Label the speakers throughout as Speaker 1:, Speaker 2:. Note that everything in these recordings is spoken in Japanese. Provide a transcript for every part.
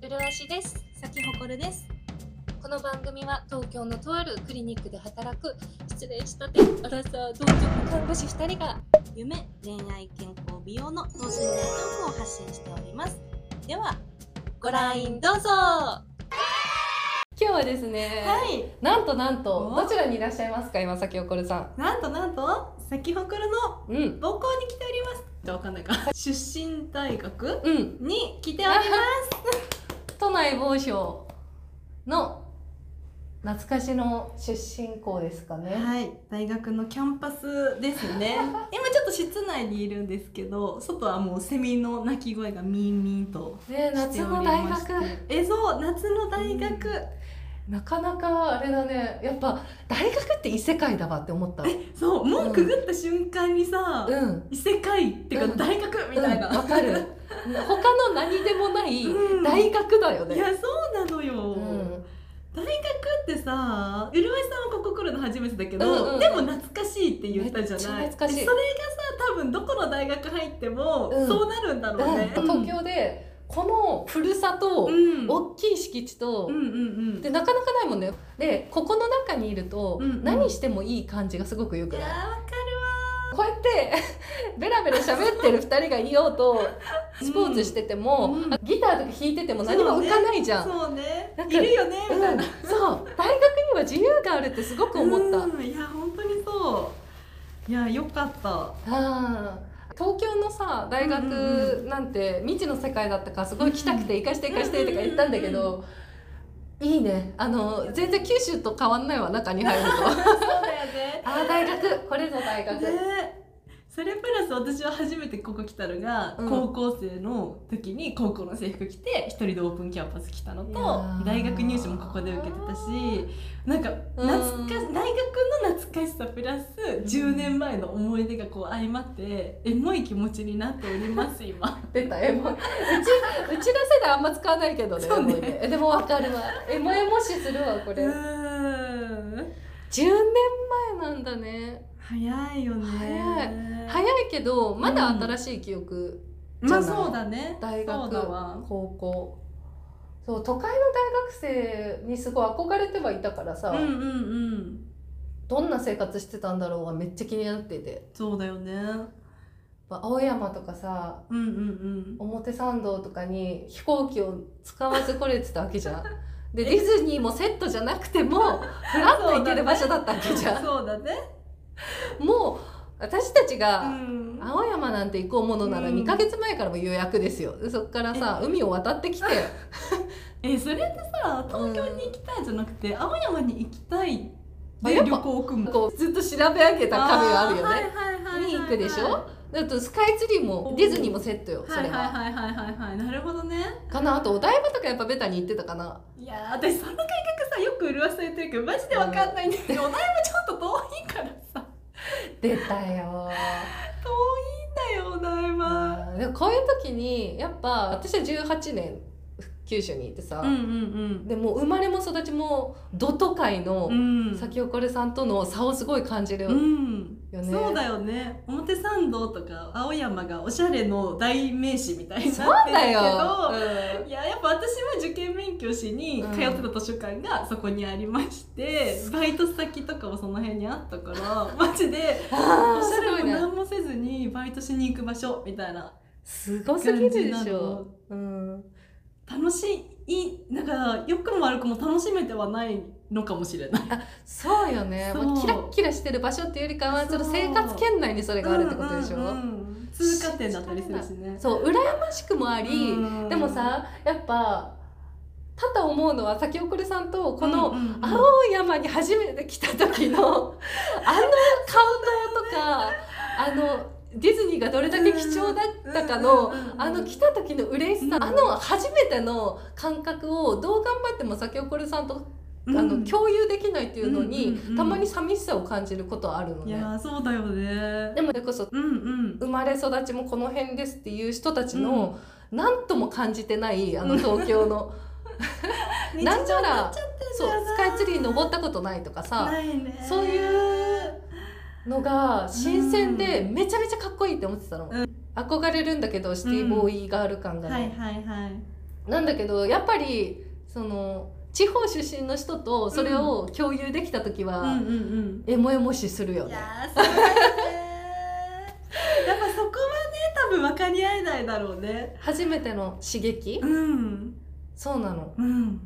Speaker 1: ブルワシです
Speaker 2: 咲ほこるです。
Speaker 1: この番組は東京のとあるクリニックで働く失礼したてアラサー同族看護師2人が
Speaker 2: 夢、恋愛、健康、美容の等身大トークを発信しております。では、
Speaker 1: ご覧どうぞ
Speaker 3: 今日はですね、
Speaker 2: はい、
Speaker 3: なんとなんと
Speaker 2: お
Speaker 3: どちらにいらっしゃいますか今崎おこるさ
Speaker 2: なんとなんと、咲ほこるの
Speaker 3: んうん
Speaker 2: 母校に来ております。じゃわかんないか。 出身大学
Speaker 3: うん
Speaker 2: に来ております。
Speaker 3: 都内某所の懐かしの出身校ですかね、
Speaker 2: はい、大学のキャンパスですね。今ちょっと室内にいるんですけど、外はもうセミの鳴き声がミンミンと。
Speaker 3: ね夏の大学
Speaker 2: え、そう、夏の大学。
Speaker 3: なかなかあれだねやっぱ大学って異世界だわって思った
Speaker 2: そう、門くぐった瞬間にさ、
Speaker 3: うん
Speaker 2: 異世界っていうか大学みたいな。
Speaker 3: うんわかる他の何でもない
Speaker 2: うん
Speaker 3: 大学だよ
Speaker 2: い
Speaker 3: ね、
Speaker 2: やそうなのよ、
Speaker 3: う
Speaker 2: 大学
Speaker 3: ん
Speaker 2: ってさうるまいさんはここ来るの初めてだけど、
Speaker 3: うんうんうん
Speaker 2: でも懐かしいって言ったじゃな
Speaker 3: め
Speaker 2: い
Speaker 3: っちゃ懐かしい
Speaker 2: それがさ多分どこの大学入っても、
Speaker 3: うん
Speaker 2: そうなるんだろうね、
Speaker 3: うん東京でこのふるさと、
Speaker 2: うん
Speaker 3: 大きい敷地と、
Speaker 2: うんうんうん
Speaker 3: でなかなかないもんねでここの中にいると、
Speaker 2: うんうん
Speaker 3: 何してもいい感じがすごくよ
Speaker 2: い
Speaker 3: く
Speaker 2: やー
Speaker 3: ない
Speaker 2: わか
Speaker 3: こうやって ベラベラ喋ってる2人がいようとスポーツしてても、
Speaker 2: うん
Speaker 3: あギターとか弾いてても何も浮かないじゃん。
Speaker 2: るわそうね
Speaker 3: なん
Speaker 2: い
Speaker 3: か
Speaker 2: るよね
Speaker 3: う
Speaker 2: み
Speaker 3: ん
Speaker 2: たいな、
Speaker 3: そう大学には自由があるってすごく思った、
Speaker 2: うんいや本当にそういやよか った
Speaker 3: あー東京のさ大
Speaker 2: うんうん
Speaker 3: 学なんて未知の世界だったからすごい来たくて行かして行かしてとか言ったんだけど、いいねあの全然九州と変わんないわ中に入る とあ
Speaker 2: そうだよね
Speaker 3: ー大学これぞ大学、
Speaker 2: ねそれプラス私は初めてここ来たのが、
Speaker 3: うん
Speaker 2: 高校生の時に高校の制服着て一人でオープンキャンパス来たの
Speaker 3: いや
Speaker 2: と
Speaker 3: ー
Speaker 2: 大学入試もここで受けてたしなんか
Speaker 3: うん
Speaker 2: 懐か大学の懐かしさプラス10年前の思い出がこう相まってエモい気持ちになっておりま す今
Speaker 3: 出たエモいうちうちら世代あんま使わないけどね
Speaker 2: そう
Speaker 3: エ
Speaker 2: ね
Speaker 3: モいねえでもわかるわエモエモ視するわこ
Speaker 2: う
Speaker 3: れ10
Speaker 2: ーん
Speaker 3: 年前なんだね
Speaker 2: 早いよね
Speaker 3: 早い早いけどまだ新しい記憶、
Speaker 2: まあそうだね
Speaker 3: 大学
Speaker 2: そうだわ
Speaker 3: 高校そう都会の大学生にすごい憧れてはいたからさ、
Speaker 2: うんうんうん
Speaker 3: どんな生活してたんだろうがめっちゃ気になっててやっ
Speaker 2: そうだよね
Speaker 3: ぱ青山とかさ
Speaker 2: うんうんうん
Speaker 3: 表参道とかに飛行機を使わず来れてたわけじ ゃん。でディズニーもセットじゃなくてもフラッと行ける場所だったわけじゃん。
Speaker 2: そうだね
Speaker 3: もう私たち
Speaker 2: う
Speaker 3: が
Speaker 2: ん
Speaker 3: 青山なんて行こうものなら
Speaker 2: うん
Speaker 3: 2ヶ月前からも予約ですよ。でそっからさ海を渡ってき て
Speaker 2: えそれってさ東京に行きたいじゃなくて、青山に行きたい
Speaker 3: あ
Speaker 2: で
Speaker 3: やっ
Speaker 2: 旅
Speaker 3: ぱ
Speaker 2: 行を組む
Speaker 3: こうずっと調べ上げた
Speaker 2: あ
Speaker 3: 壁
Speaker 2: ー
Speaker 3: があるよね。
Speaker 2: はいはいはいはいはい
Speaker 3: に行くでしょあとスカイツリーもディズニーもセットよそ
Speaker 2: はい
Speaker 3: れ
Speaker 2: はい
Speaker 3: は。
Speaker 2: はいはいはいはいなるほどね
Speaker 3: かなあとお台場とかやっぱベタに行ってたかな。
Speaker 2: いやー私そんな感覚さよく潤わされてるけどマジでわかんないんだ けど、お台場ちょっと遠いからさ
Speaker 3: 出たよー。
Speaker 2: 遠いんだよお台場
Speaker 3: あーでもこういう時にやっぱ私は18年九州にいてさ、
Speaker 2: うんうん
Speaker 3: でもう生まれも育ちもど都会の
Speaker 2: うんうん
Speaker 3: 先おこれさんとの差をすごい感じる、
Speaker 2: うん
Speaker 3: よね
Speaker 2: そうだよね表参道とか青山がおしゃれの代名詞みたいになってるけど
Speaker 3: そうだよ、
Speaker 2: いややっぱ私は受験勉強しに通ってた図書館がそこにありまして、バイト先とかもその辺にあったから マジで
Speaker 3: あ
Speaker 2: お
Speaker 3: ー
Speaker 2: しゃ
Speaker 3: すご
Speaker 2: れ
Speaker 3: い
Speaker 2: も
Speaker 3: ね
Speaker 2: 何もせずにバイトしに行く場所みたいな
Speaker 3: すごすぎるで
Speaker 2: 感じ
Speaker 3: し
Speaker 2: なの
Speaker 3: ょ、うん、
Speaker 2: 楽しいなんか良くも悪くも楽しめてはないのかもしれない。
Speaker 3: そうよね
Speaker 2: そう
Speaker 3: もうキラッキラしてる場所っていうよりかは
Speaker 2: そ
Speaker 3: そうの生活圏内にそれ があるってことでしょ、
Speaker 2: うんうんうん通過点だったりするしね。
Speaker 3: そう羨ましくもあり、
Speaker 2: うん
Speaker 3: でもさやっぱ多々思うのは先おこれさんとこの、
Speaker 2: うんうんうん
Speaker 3: 青山に初めて来た時のあの感動とかあのディズニーがどれだけ貴重だったかの
Speaker 2: うんうんうんうん
Speaker 3: あの来た時の嬉しさ
Speaker 2: うん
Speaker 3: あの初めての感覚をどう頑張っても先おこるさんとあ
Speaker 2: う
Speaker 3: の
Speaker 2: ん
Speaker 3: 共有できないっていうのに
Speaker 2: うんうんうん
Speaker 3: たまに寂しさを感じることはあるの
Speaker 2: い
Speaker 3: ね
Speaker 2: や。ーそうだよね。
Speaker 3: でもそれこそ
Speaker 2: うんうん。
Speaker 3: 生まれ育ちもこの辺ですっていう人たちの何とも感じてないあの東京のなん
Speaker 2: 日常に
Speaker 3: な
Speaker 2: な
Speaker 3: ら
Speaker 2: っちゃってん
Speaker 3: そ
Speaker 2: だ
Speaker 3: う
Speaker 2: よな
Speaker 3: スカイツリー登ったことないとかさ
Speaker 2: ないね
Speaker 3: そういうのが新鮮でめちゃめちゃかっこいいって思ってたの、
Speaker 2: う
Speaker 3: 憧れるんだけどシティボーイガール感がね、
Speaker 2: はいはいはい
Speaker 3: なんだけどやっぱりその地方出身の人とそれを共有できた時は、
Speaker 2: うんうん
Speaker 3: エモエモしするよ
Speaker 2: い
Speaker 3: ね。
Speaker 2: やーそうだよねやっぱそこはね多分分かり合えないだろうね
Speaker 3: 初めての刺激、
Speaker 2: うん
Speaker 3: そうなの。
Speaker 2: うん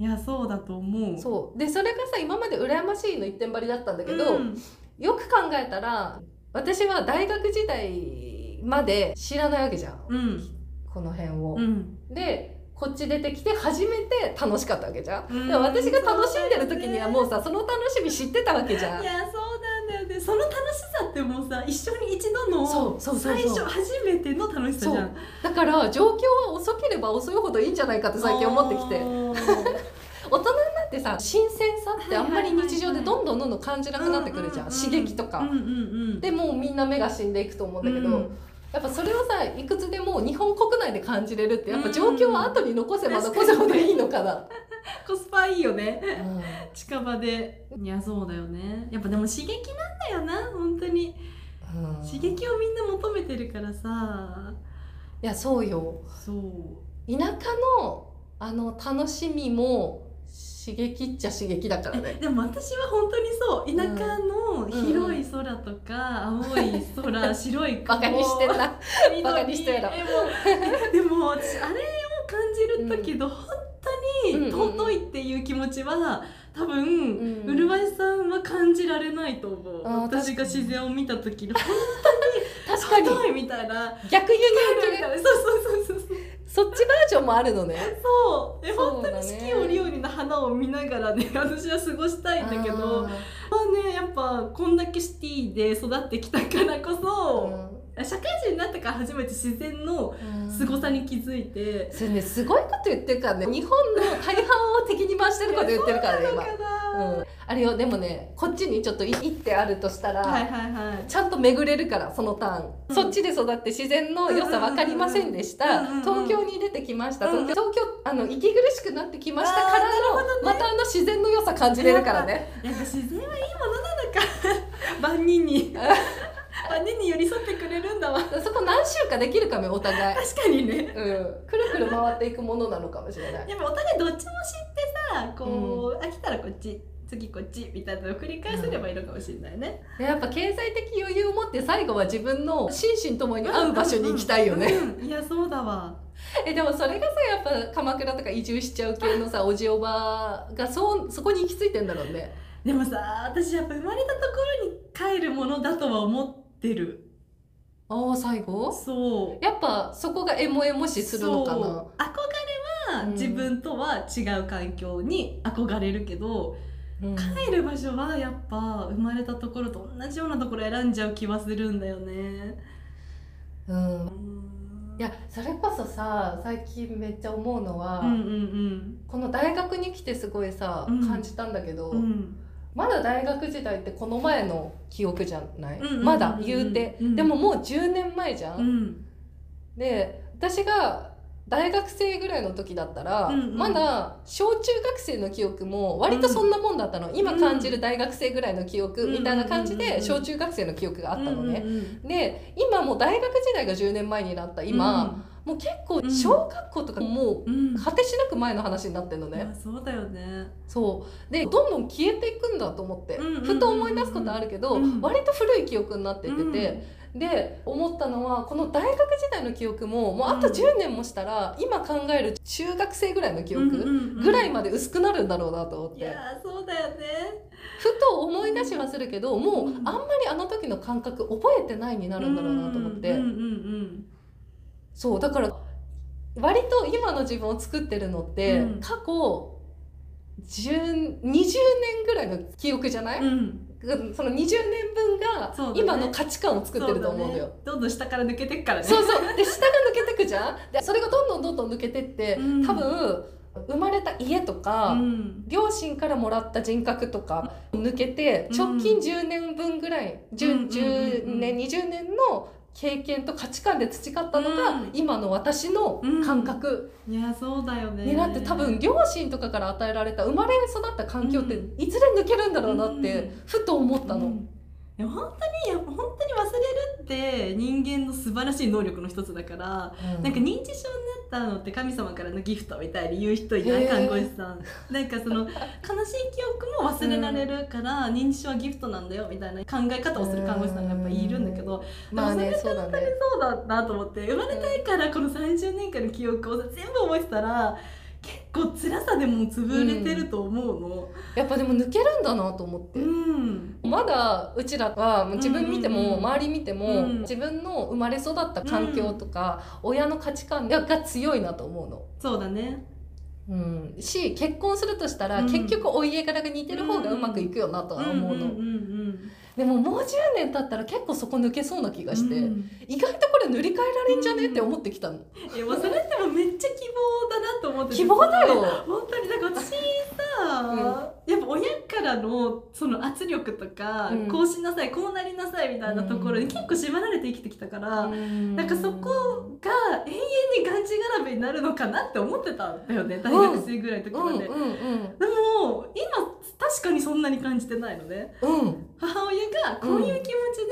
Speaker 2: いやそうだと思う
Speaker 3: そうでそれがさ今まで羨ましいの一点張りだったんだけど、
Speaker 2: うん
Speaker 3: よく考えたら私は大学時代まで知らないわけじゃん、
Speaker 2: うん
Speaker 3: この辺を。
Speaker 2: うん
Speaker 3: でこっち出てきて初めて楽しかったわけじゃん。
Speaker 2: うん
Speaker 3: でも私が楽しんでる時にはもうさその楽しみ知ってたわけじゃん
Speaker 2: い。やそうなんだよねその楽しさってもうさ一生に一度の
Speaker 3: そうそうそうそう
Speaker 2: 最初初めての楽しさじゃん
Speaker 3: だから状況は遅ければ遅いほどいいんじゃないかって最近思ってきて大
Speaker 2: て
Speaker 3: 人になってさ新鮮さってあんまり日常でどんどんどんどん感じなくなってくるじゃん、刺激とか、
Speaker 2: うんうんうん
Speaker 3: でもうみんな目が死んでいくと思うんだけど、
Speaker 2: うん
Speaker 3: やっぱそれをさいくつでも日本国内で感じれるってやっぱ
Speaker 2: うん
Speaker 3: 状況は後に残せば残すほどいいのかな、
Speaker 2: コスパいいよね
Speaker 3: うん
Speaker 2: 近場でいやそうだよねやっぱでも刺激なんだよな本当に
Speaker 3: うん
Speaker 2: 刺
Speaker 3: い
Speaker 2: 激をみんな求めてるからさ
Speaker 3: やそうよ
Speaker 2: そ
Speaker 3: 田舎のあの楽しみも刺激っちゃ刺激だから
Speaker 2: う
Speaker 3: ね
Speaker 2: でも私は本当にそう田舎の広い空とか、青い 空白い
Speaker 3: バ
Speaker 2: 雲
Speaker 3: カにしてんな
Speaker 2: 緑
Speaker 3: バカにしてるな
Speaker 2: えもうでも私あれを感じる時の、本当に尊いっていう気持ちは多分、
Speaker 3: うん
Speaker 2: うるまいさんは感じられないと思う
Speaker 3: あー
Speaker 2: 私が自然を見た時の
Speaker 3: 確かに
Speaker 2: 尊いみた いな
Speaker 3: 逆輸入ってね
Speaker 2: そうそうそうそうそう
Speaker 3: そっちバージョンもあるのね。
Speaker 2: そうえ
Speaker 3: そう
Speaker 2: 本
Speaker 3: だ
Speaker 2: 当
Speaker 3: ね
Speaker 2: に四季折々の花を見ながらね 私は過ごしたいんだけどまあねやっぱこんだけシティで育ってきたからこ
Speaker 3: あ
Speaker 2: そ、
Speaker 3: ー、
Speaker 2: 社会人になってから初めて自然の
Speaker 3: うん
Speaker 2: 凄さに気づいて、
Speaker 3: それねすごいこと言ってるからね日本の大半を敵に回してること言ってるからね
Speaker 2: そう
Speaker 3: 今
Speaker 2: なの。かな、
Speaker 3: うん、あれよでもねこっちにちょっと一手あるとしたら、
Speaker 2: はいはいはい
Speaker 3: ちゃんと巡れるからそのターン、
Speaker 2: うん
Speaker 3: そっちで育って自然の良さ分かりませんでした、
Speaker 2: うんうんうん
Speaker 3: 東京に出てきました、
Speaker 2: うん
Speaker 3: 東京東京あの息苦しくなってきましたから
Speaker 2: あーなるほど
Speaker 3: の、またあの自然の良さ感じれるからね
Speaker 2: やっぱ自然はいいものなのか 万 人に万人に寄り添ってくれるんだわ
Speaker 3: そこ何週かできるかもよお互い、
Speaker 2: 確かにね
Speaker 3: うん、くるくる回っていくものなのかもしれない
Speaker 2: でもお互いどっちも知ってさこう、飽きたらこっち次こっちみたいなのを繰り返せればいいのかもしれないね、
Speaker 3: やっぱ経済的余裕を持って最後は自分の心身ともに合う場所に行きたいよね。
Speaker 2: うんいやそうだわ
Speaker 3: えでもそれがさやっぱ鎌倉とか移住しちゃう系のさおじおばがそうそこに行き着いてんだろうね。
Speaker 2: でもさ私やっぱ生まれたところに帰るものだとは思ってる
Speaker 3: ああ最後
Speaker 2: そう
Speaker 3: やっぱそこがエモエモしするのか
Speaker 2: そう
Speaker 3: な。
Speaker 2: 憧れは
Speaker 3: うん
Speaker 2: 自分とは違う環境に憧れるけど、
Speaker 3: うん
Speaker 2: 帰る場所はやっぱ生まれたところと同じようなところ選んじゃう気はするんだよね。
Speaker 3: うんいやそれこそさ最近めっちゃ思うのは、
Speaker 2: うんうん
Speaker 3: この大学に来てすごいさ、
Speaker 2: うん
Speaker 3: 感じたんだけど、
Speaker 2: うんうん
Speaker 3: まだ大学時代ってこの前の記憶じゃない、
Speaker 2: うんうんうんうん
Speaker 3: まだ言うて、
Speaker 2: うん
Speaker 3: でももう10年前じゃ
Speaker 2: うん
Speaker 3: で私が大学生ぐらいの時だったら、
Speaker 2: うんうん
Speaker 3: まだ小中学生の記憶も割とそんなもんだったの、今感じる大学生ぐらいの記憶みたいな感じ
Speaker 2: うんうんうんう
Speaker 3: で
Speaker 2: ん
Speaker 3: 小中学生の記憶があったのね。
Speaker 2: うんうん
Speaker 3: で今もう大学時代が10年前になった今、もう結構
Speaker 2: うん
Speaker 3: 小学校とかも
Speaker 2: うんうん
Speaker 3: う果てしなく前の話になってんのね、
Speaker 2: いやそうだよね。
Speaker 3: そうでどんどん消えていくんだと思って、
Speaker 2: うんうんうんうん
Speaker 3: ふと思い出すことあるけど、
Speaker 2: うん
Speaker 3: 割と古い記憶になってってて、で思ったのはこの大学時代の記憶ももうあと
Speaker 2: うん
Speaker 3: 10年もしたら、今考える中学生ぐらいの記
Speaker 2: うんうん
Speaker 3: 憶
Speaker 2: うん
Speaker 3: ぐらいまで薄くなるんだろうなと思っ
Speaker 2: い
Speaker 3: て、
Speaker 2: やそうだよね。
Speaker 3: ふと思い出しはするけどもう
Speaker 2: うん
Speaker 3: あんまりあの時の感覚覚えてないになるんだろうなと思って、
Speaker 2: うんうんうん
Speaker 3: そうだから割と今の自分を作ってるのって、
Speaker 2: うん
Speaker 3: 過去10 20年ぐらいの記憶じゃない、
Speaker 2: うんうん
Speaker 3: その20年分が
Speaker 2: そうだね
Speaker 3: 今の価値観を作ってると思うんだよ。
Speaker 2: そねどんどん下から抜けてくからね。
Speaker 3: そうそうで下が抜けてくじゃんでそれがどんどんどんどん抜けてって、
Speaker 2: うん
Speaker 3: 多分生まれた家とか、
Speaker 2: うん
Speaker 3: 両親からもらった人格とか抜けて
Speaker 2: うん
Speaker 3: 直近10年分ぐらい 10,、
Speaker 2: うんうんうん
Speaker 3: 10年20年の経験と価値観で培ったのが、
Speaker 2: うん
Speaker 3: 今の私の感覚
Speaker 2: いやそうだよね。
Speaker 3: になって、多分両親とかから与えられた生まれ育った環境って
Speaker 2: う
Speaker 3: いずれ抜けるんだろうなって、
Speaker 2: うん
Speaker 3: ふと思ったの。
Speaker 2: うんでも本当にやっぱ本当に忘れるって人間の素晴らしい能力の一つだから、
Speaker 3: うん
Speaker 2: なんか認知症になったのって神様からのギフトみたいに言う人いない、
Speaker 3: へー
Speaker 2: 看護師さんなんかその悲しい記憶も忘れられるから、認知症はギフトなんだよみたいな考え方をする看護師さんがやっぱいるんだけど、
Speaker 3: まあねそうだね
Speaker 2: そうだなと思って生まれてからこの30年間の記憶を全部覚えてたら結構辛さでもう潰れてると思うの。
Speaker 3: やっぱでも抜けるんだなと思って、
Speaker 2: うん
Speaker 3: まだうちらは自分見て
Speaker 2: うんうんう
Speaker 3: も
Speaker 2: ん
Speaker 3: 周り見ても、
Speaker 2: うん
Speaker 3: 自分の生まれ育った環境とか、親の価値観がが強いなと思うの。
Speaker 2: そうだね
Speaker 3: うん、し結婚するとしたら、
Speaker 2: うん
Speaker 3: 結局お家柄が似てる方がうまくいくよなとは思うの、
Speaker 2: んうんうん
Speaker 3: でももう10年経ったら結構そこ抜けそうな気
Speaker 2: う
Speaker 3: が
Speaker 2: ん、
Speaker 3: して、
Speaker 2: うん
Speaker 3: 意外とこれ塗り替えられんじゃね、って思ってきたの
Speaker 2: いやもうそれってもうめっちゃ希望だなと思ってて
Speaker 3: 希望だよ
Speaker 2: 本当になんか私さ、やっぱ親からのその圧力とか、
Speaker 3: うん
Speaker 2: こうしなさいこうなりなさいみたいなところに結構縛られて生きてきたから、
Speaker 3: な
Speaker 2: なんかそこが永遠にがんじがらめになるのかなって思ってたんだよね大学生ぐらいの時
Speaker 3: うん
Speaker 2: ま
Speaker 3: うん
Speaker 2: で。でも今確かにそんなに感じてないのね
Speaker 3: うんうん
Speaker 2: 母親がこういう気持ち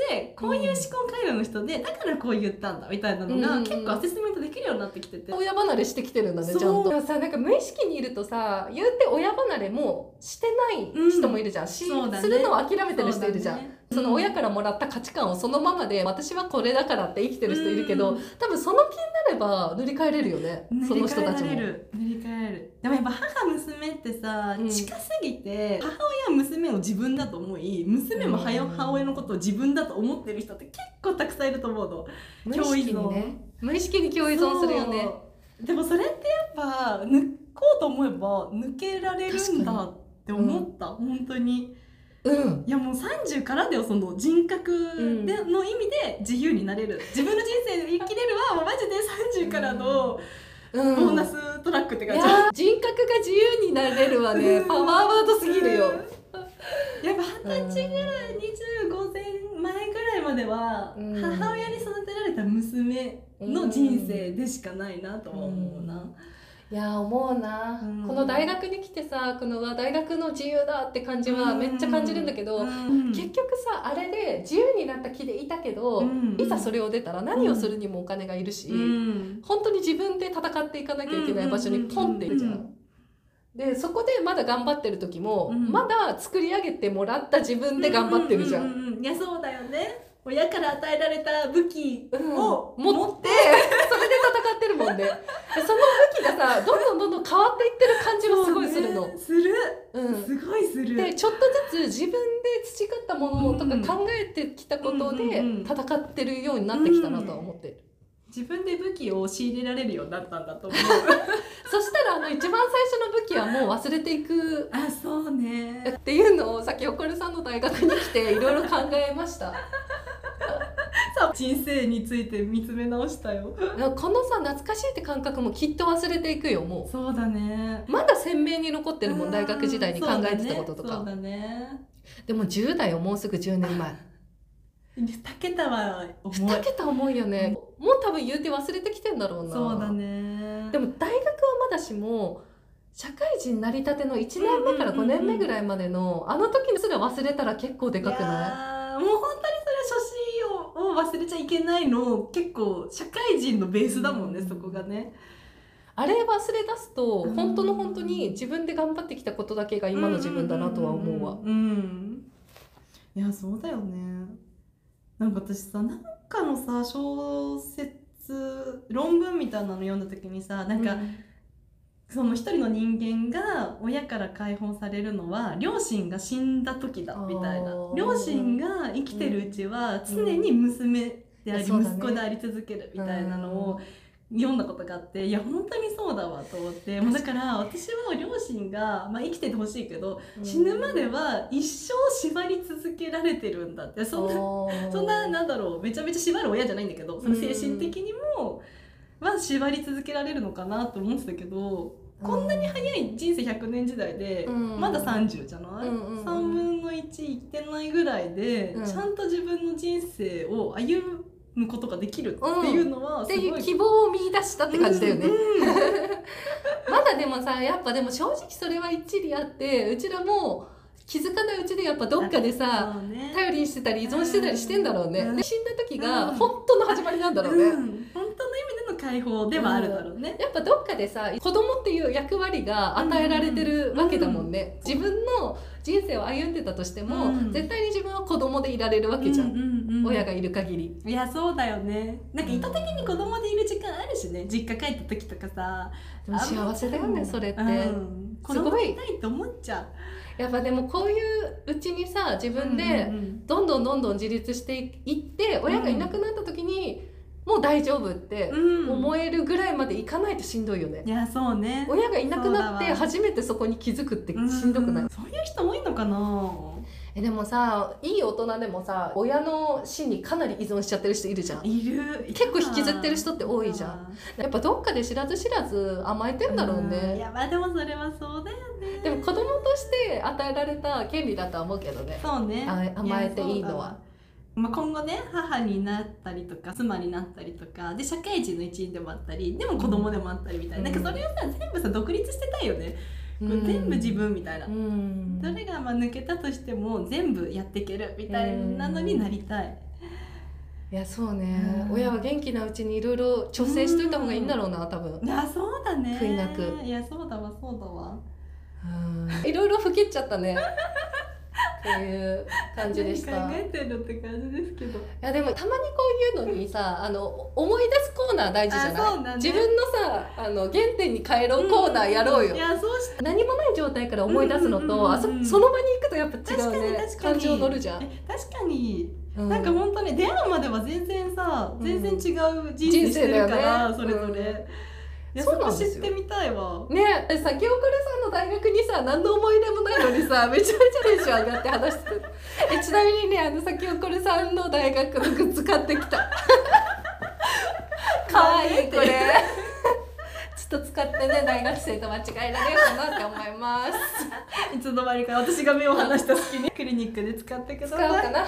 Speaker 2: で、こういう思考回路の人でだからこう言ったんだみたいなの
Speaker 3: うんうん
Speaker 2: が
Speaker 3: うん
Speaker 2: 結構アセスメントできるようになってきてて、
Speaker 3: 親離れしてきてるんだねちゃ
Speaker 2: そうん
Speaker 3: とでもさなんか無意識にいるとさ言って親離れもしてない人もいるじゃん、し
Speaker 2: そうだね
Speaker 3: するのを諦めてる人いるじゃん
Speaker 2: そう
Speaker 3: そ,、
Speaker 2: だね
Speaker 3: の親からもらった価値観をそのままで私はこれだからって生きてる人いるけど、
Speaker 2: うん
Speaker 3: 多分その気になれば塗り替えれるよね
Speaker 2: 塗
Speaker 3: そ
Speaker 2: り
Speaker 3: の
Speaker 2: 替
Speaker 3: 人
Speaker 2: え
Speaker 3: た
Speaker 2: ら
Speaker 3: ち
Speaker 2: れ
Speaker 3: も。
Speaker 2: る塗り替えるでもやっぱ母娘ってさ、
Speaker 3: うん
Speaker 2: 近すぎて母親は娘を自分だと思い娘も母親
Speaker 3: うん
Speaker 2: 母親のことを自分だと思ってる人って結構たくさんいると思うの
Speaker 3: 無意識にね無意識に共依存するよね。
Speaker 2: そうでもそれってやっぱ抜こうと思えば抜けられるんだって思った、本当に
Speaker 3: うん
Speaker 2: いやもう30からだよその人格で、の意味で自由になれる自分の人生で生きれるはもうマジで30からの
Speaker 3: う
Speaker 2: ボ
Speaker 3: ん
Speaker 2: ーナストラックって
Speaker 3: い
Speaker 2: 感
Speaker 3: や
Speaker 2: じ、
Speaker 3: ー人格が自由になれるわねパワーワードすぎ るよ。
Speaker 2: やっぱ二十歳ぐらい25前前ぐらいまでは
Speaker 3: うん
Speaker 2: 母親に育てられた娘の人生でしかないなとは思うな。
Speaker 3: いやー思うな、
Speaker 2: うん
Speaker 3: この大学に来てさこのうわ大学の自由だって感じはめっちゃ感じるんだけど、
Speaker 2: うん
Speaker 3: 結局さあれで自由になった気でいたけど、
Speaker 2: うん
Speaker 3: いざそれを出たら何をするにもお金がいるし、
Speaker 2: うん
Speaker 3: 本当に自分で戦っていかなきゃいけない場所にポンっているじゃん。
Speaker 2: うんうん
Speaker 3: でそこでまだ頑張ってる時も、
Speaker 2: うん
Speaker 3: まだ作り上げてもらった自分で頑張ってるじゃん。
Speaker 2: ううううんいやそうだよね。親から与えられた武器を
Speaker 3: 持
Speaker 2: 持
Speaker 3: ってそれで戦ってるもんねでその武器がさどんどんどんどん変わっていってる感じがすごいするの。
Speaker 2: そうねする。
Speaker 3: うん、
Speaker 2: すごいする。
Speaker 3: でちょっとずつ自分で培ったものとか考えてきたことで
Speaker 2: うんうんうん
Speaker 3: 戦ってるようになってきたなとは思ってる、
Speaker 2: 自分で武器を仕入れられるようになったんだと思う。
Speaker 3: そしたらあの一番最初の武器はもう忘れていく
Speaker 2: あそうね。
Speaker 3: っていうのをさっきおこるさんの大学に来ていろいろ考えました
Speaker 2: そう人生について見つめ直したよ。
Speaker 3: このさ懐かしいって感覚もきっと忘れていくよも
Speaker 2: そうだね。
Speaker 3: うまだ鮮明に残ってるも
Speaker 2: うんん
Speaker 3: 大学時代に考えてたこととか、
Speaker 2: そうだね
Speaker 3: でも10代をもうすぐ10年前
Speaker 2: そうだねたけたは重
Speaker 3: 2
Speaker 2: い
Speaker 3: 桁重いよねもう多分言うて忘れてきてんだろうな
Speaker 2: そうだね
Speaker 3: でも大学はまだしも社会人なりたての1年目から
Speaker 2: うんうん
Speaker 3: 5
Speaker 2: うんう
Speaker 3: 年
Speaker 2: ん
Speaker 3: 目ぐらいまでのあの時すら忘れたら結構でかくない
Speaker 2: いやーもう本当にそれは初心をを忘れちゃいけないの結構社会人のベースだもんね、
Speaker 3: うん
Speaker 2: そこがね
Speaker 3: あれ忘れ出すと
Speaker 2: うん
Speaker 3: 本当の本当に自分で頑張ってきたことだけが今の自分だなとは思うわ
Speaker 2: んんうんいやそうだよねなんか私さなんかのさ小説論文みたいなの読んだ時にさなんか、その一人の人間が親から解放されるのは両親が死んだ時だみたいな
Speaker 3: あー
Speaker 2: 両親が生きてるうちは常に娘であり
Speaker 3: うんうん
Speaker 2: 息子であり続けるみたいなのを読んだことがあっていや本当にそうだわと思ってもうだから私は両親が、まあ、生きててほしいけど死ぬまでは一生縛り続けられてるんだってそんなそんななんだろうめちゃめちゃ縛る親じゃないんだけどその精神的にも、は縛り続けられるのかなと思ってたけどこんな
Speaker 3: に
Speaker 2: 早い人生100年時代で、
Speaker 3: うん
Speaker 2: まだ30じゃない、
Speaker 3: うんうんうん
Speaker 2: 3分の1いってないぐらいで、
Speaker 3: うん
Speaker 2: ちゃんと自分の人生を歩むことができるっていうのは
Speaker 3: っ
Speaker 2: す
Speaker 3: て
Speaker 2: ごい、
Speaker 3: いう希望を見出したって感じだよね、
Speaker 2: うんうん
Speaker 3: まだでもさやっぱでも正直それは一理あってうちらも気づかないうちでやっぱどっかでさ
Speaker 2: そうね
Speaker 3: 頼りにしてたり依存してたりしてんだろうね、
Speaker 2: うん
Speaker 3: で死んだ時が
Speaker 2: うん
Speaker 3: 本当の始まりなんだろうね、
Speaker 2: うん、本当の意味での解放ではあるだろうね。
Speaker 3: やっぱどっかでさ子供っていう役割が与えられてるわけだもんね、自分の人生を歩んでたとしても、
Speaker 2: うん
Speaker 3: 絶対に自分は子供でいられるわけじゃん、
Speaker 2: うんうんうん
Speaker 3: 親がいる限り
Speaker 2: いやそうだよねなんか意図的に子供でいる時間あるしね実家帰った時とかさ
Speaker 3: でも幸せだよね、
Speaker 2: うん
Speaker 3: それって、
Speaker 2: うん、子
Speaker 3: す
Speaker 2: 供
Speaker 3: ごい
Speaker 2: いないと思っちゃ
Speaker 3: やっぱでもこういううちにさ自
Speaker 2: う
Speaker 3: 分で、
Speaker 2: うんうん
Speaker 3: どんどんどんどん自立していって親がいなくなった時に、もう大丈夫って
Speaker 2: うん
Speaker 3: 思えるぐらいまでいかないとしんどいよね
Speaker 2: い、やそうね
Speaker 3: 親がいなくなっ
Speaker 2: そうだ
Speaker 3: て
Speaker 2: わ
Speaker 3: 初めてそこに気づくってしんどくない、
Speaker 2: うそういう人多いのかな
Speaker 3: えでもさいい大人でもさ親の死にかなり依存しちゃってる人いるじゃん
Speaker 2: いる
Speaker 3: 結構引きずってる人って多いじゃんやっぱどっかで知らず知らず甘えてんだろう
Speaker 2: い
Speaker 3: ね、
Speaker 2: やまあでもそれはそうだよね
Speaker 3: でも子供として与えられた権利だとは思うけどね
Speaker 2: そうね
Speaker 3: あ甘えていいのは
Speaker 2: やそうだわまあ、今後ね母になったりとか妻になったりとかで社会人の一員でもあったりでも子供でもあったりみたいな,、
Speaker 3: うん
Speaker 2: なんかそれをさ全部さ独立してたいよね、
Speaker 3: うん
Speaker 2: 全部自分みたいな、
Speaker 3: うん
Speaker 2: どれがまあ抜けたとしても全部やっていけるみたいなのになりたい、
Speaker 3: いやそうね、
Speaker 2: うん
Speaker 3: 親は元気なうちにいろいろ調整しといた方がいいんだろうな多分
Speaker 2: いやそうだね
Speaker 3: 悔いなく
Speaker 2: いやそうだわそうだわ
Speaker 3: いろいろ老けちゃった ねっていう感じでした
Speaker 2: 何
Speaker 3: い
Speaker 2: 考えてるって感じですけど
Speaker 3: やでもたまにこういうのにさあの思い出すコーナー大事じゃ
Speaker 2: あ
Speaker 3: な
Speaker 2: そ、
Speaker 3: いう
Speaker 2: だね
Speaker 3: 自分のさあの原点に帰ろうコーナーやろうよ、
Speaker 2: いやそうし
Speaker 3: 何もない状態から思い出すのと、
Speaker 2: うんうんうんうん
Speaker 3: あそその場に行くとやっぱ違
Speaker 2: 確か
Speaker 3: う
Speaker 2: に
Speaker 3: ね
Speaker 2: 確かに
Speaker 3: 感情乗るじゃん、
Speaker 2: え確かに
Speaker 3: う
Speaker 2: なんか本当に出会うまでは全然さ、
Speaker 3: うん
Speaker 2: 全然違う人生してるから、
Speaker 3: 人
Speaker 2: そ
Speaker 3: 生
Speaker 2: れ
Speaker 3: だ
Speaker 2: ぞ
Speaker 3: よね
Speaker 2: れ、
Speaker 3: うん
Speaker 2: いや
Speaker 3: そ
Speaker 2: そう
Speaker 3: な
Speaker 2: こ
Speaker 3: んです
Speaker 2: 知
Speaker 3: よ
Speaker 2: ってみたいわ
Speaker 3: ねえ先送りさんの大学にさ何の思い出もないのに さめちゃめちゃテンション上がって話してるえちなみにねあの先送りさんの大学のグッズ買ってき たかわいいこれちょっと使ってね大学生と間違えられるかなって思い ます
Speaker 2: いつの間にか私が目を離した隙 にクリニックで使ってくだ
Speaker 3: 使おう
Speaker 2: さ
Speaker 3: か
Speaker 2: い
Speaker 3: な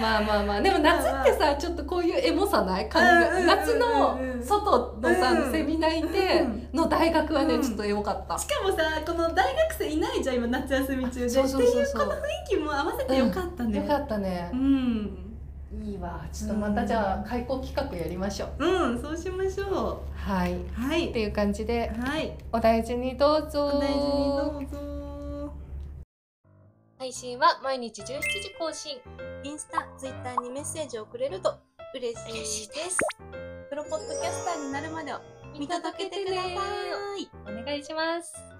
Speaker 3: まあまあまあでも夏ってさちょっとこういうエモさない感じが
Speaker 2: うんうん
Speaker 3: 夏の
Speaker 2: うんうん
Speaker 3: 外のさ、
Speaker 2: うん
Speaker 3: セミナーい
Speaker 2: うん
Speaker 3: ての大学はね、
Speaker 2: うん
Speaker 3: ちょっとエモかった
Speaker 2: しかもさこの大学生いないじゃん今夏休み中で
Speaker 3: そうそうそうそう
Speaker 2: っていうこの雰囲気も合わせてよかったね
Speaker 3: よかったね
Speaker 2: う、ん
Speaker 3: いいわちょっとまたじゃあ開講企画やりましょう、
Speaker 2: うんそうしましょ
Speaker 3: はいっ
Speaker 2: うはい
Speaker 3: ていう感じで
Speaker 2: はい
Speaker 3: お大事にどうぞ
Speaker 2: お大事にどうぞ
Speaker 1: 配信は毎日17時更新インスタツイッターにメッセージをくれると嬉しいですプロポッドキャスターになるまでを見届けてくださいお願いします